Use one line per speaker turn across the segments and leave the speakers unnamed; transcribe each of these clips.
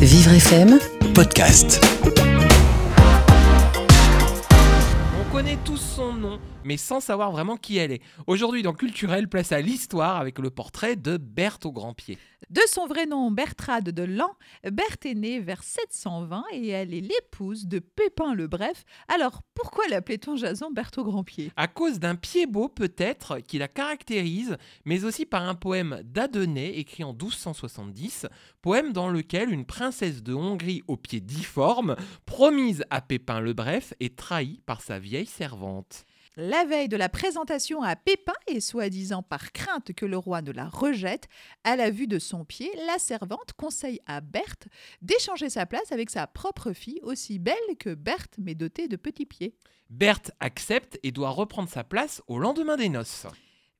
Vivre FM,
podcast.
On connaît tous son nom, mais sans savoir vraiment qui elle est. Aujourd'hui, dans Culturel, place à l'histoire avec le portrait de Berthe au Grand-Pied.
De son vrai nom Bertrade de Lan, Berthe est née vers 720 et elle est l'épouse de Pépin le Bref. Alors pourquoi l'appelait-on Jason Berthe au Grand-Pied
À cause d'un pied beau, peut-être, qui la caractérise, mais aussi par un poème d'Adonais écrit en 1270, poème dans lequel une princesse de Hongrie aux pieds difformes, promise à Pépin le Bref, est trahie par sa vieille servante.
La veille de la présentation à Pépin et soi-disant par crainte que le roi ne la rejette, à la vue de son pied, la servante conseille à Berthe d'échanger sa place avec sa propre fille, aussi belle que Berthe mais dotée de petits pieds.
Berthe accepte et doit reprendre sa place au lendemain des noces.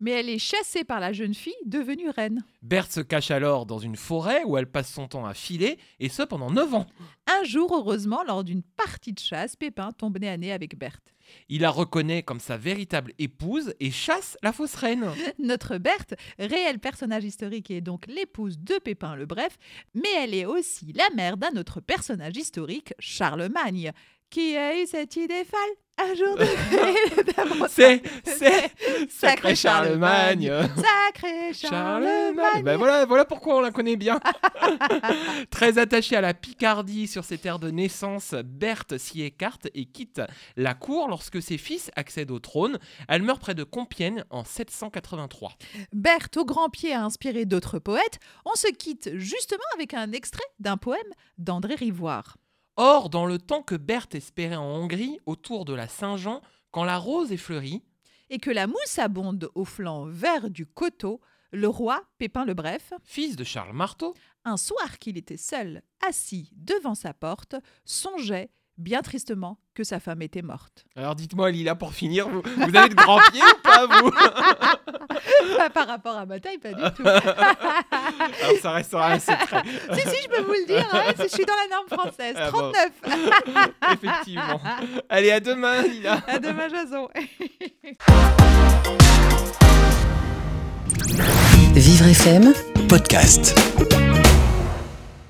Mais elle est chassée par la jeune fille devenue reine.
Berthe se cache alors dans une forêt où elle passe son temps à filer, et ce pendant 9 ans.
Un jour, heureusement, lors d'une partie de chasse, Pépin tombe nez à nez avec Berthe.
Il la reconnaît comme sa véritable épouse et chasse la fausse reine.
Notre Berthe, réel personnage historique, est donc l'épouse de Pépin le Bref, mais elle est aussi la mère d'un autre personnage historique, Charlemagne. Qui a eu cette idée folle un jour de créer-
C'est, c'est,
Sacré
sacré Charlemagne.
Sacré Charlemagne
Ben voilà, voilà pourquoi on la connaît bien. Très attachée à la Picardie sur ses terres de naissance, Berthe s'y écarte et quitte la cour lorsque ses fils accèdent au trône. Elle meurt près de Compiègne en 783.
Berthe au grand pied a inspiré d'autres poètes. On se quitte justement avec un extrait d'un poème d'André Rivoire.
Or, dans le temps que Berthe espérait en Hongrie, autour de la Saint-Jean, quand la rose est fleurie,
Et que la mousse abonde au flanc vert du coteau, le roi, Pépin le Bref,
fils de Charles Marteau,
un soir qu'il était seul, assis devant sa porte, songeait, bien tristement, que sa femme était morte.
alors dites-moi Lila pour finir, vous, vous avez de grands pieds ou pas vous
Pas par rapport à ma taille, pas du tout.
Alors ça restera un secret,
si, si, je peux vous le dire, hein, je suis dans la norme française.
Ah bon.
39.
effectivement. Allez, à demain Lila
À demain, Jason.
Vivre FM,
Podcast.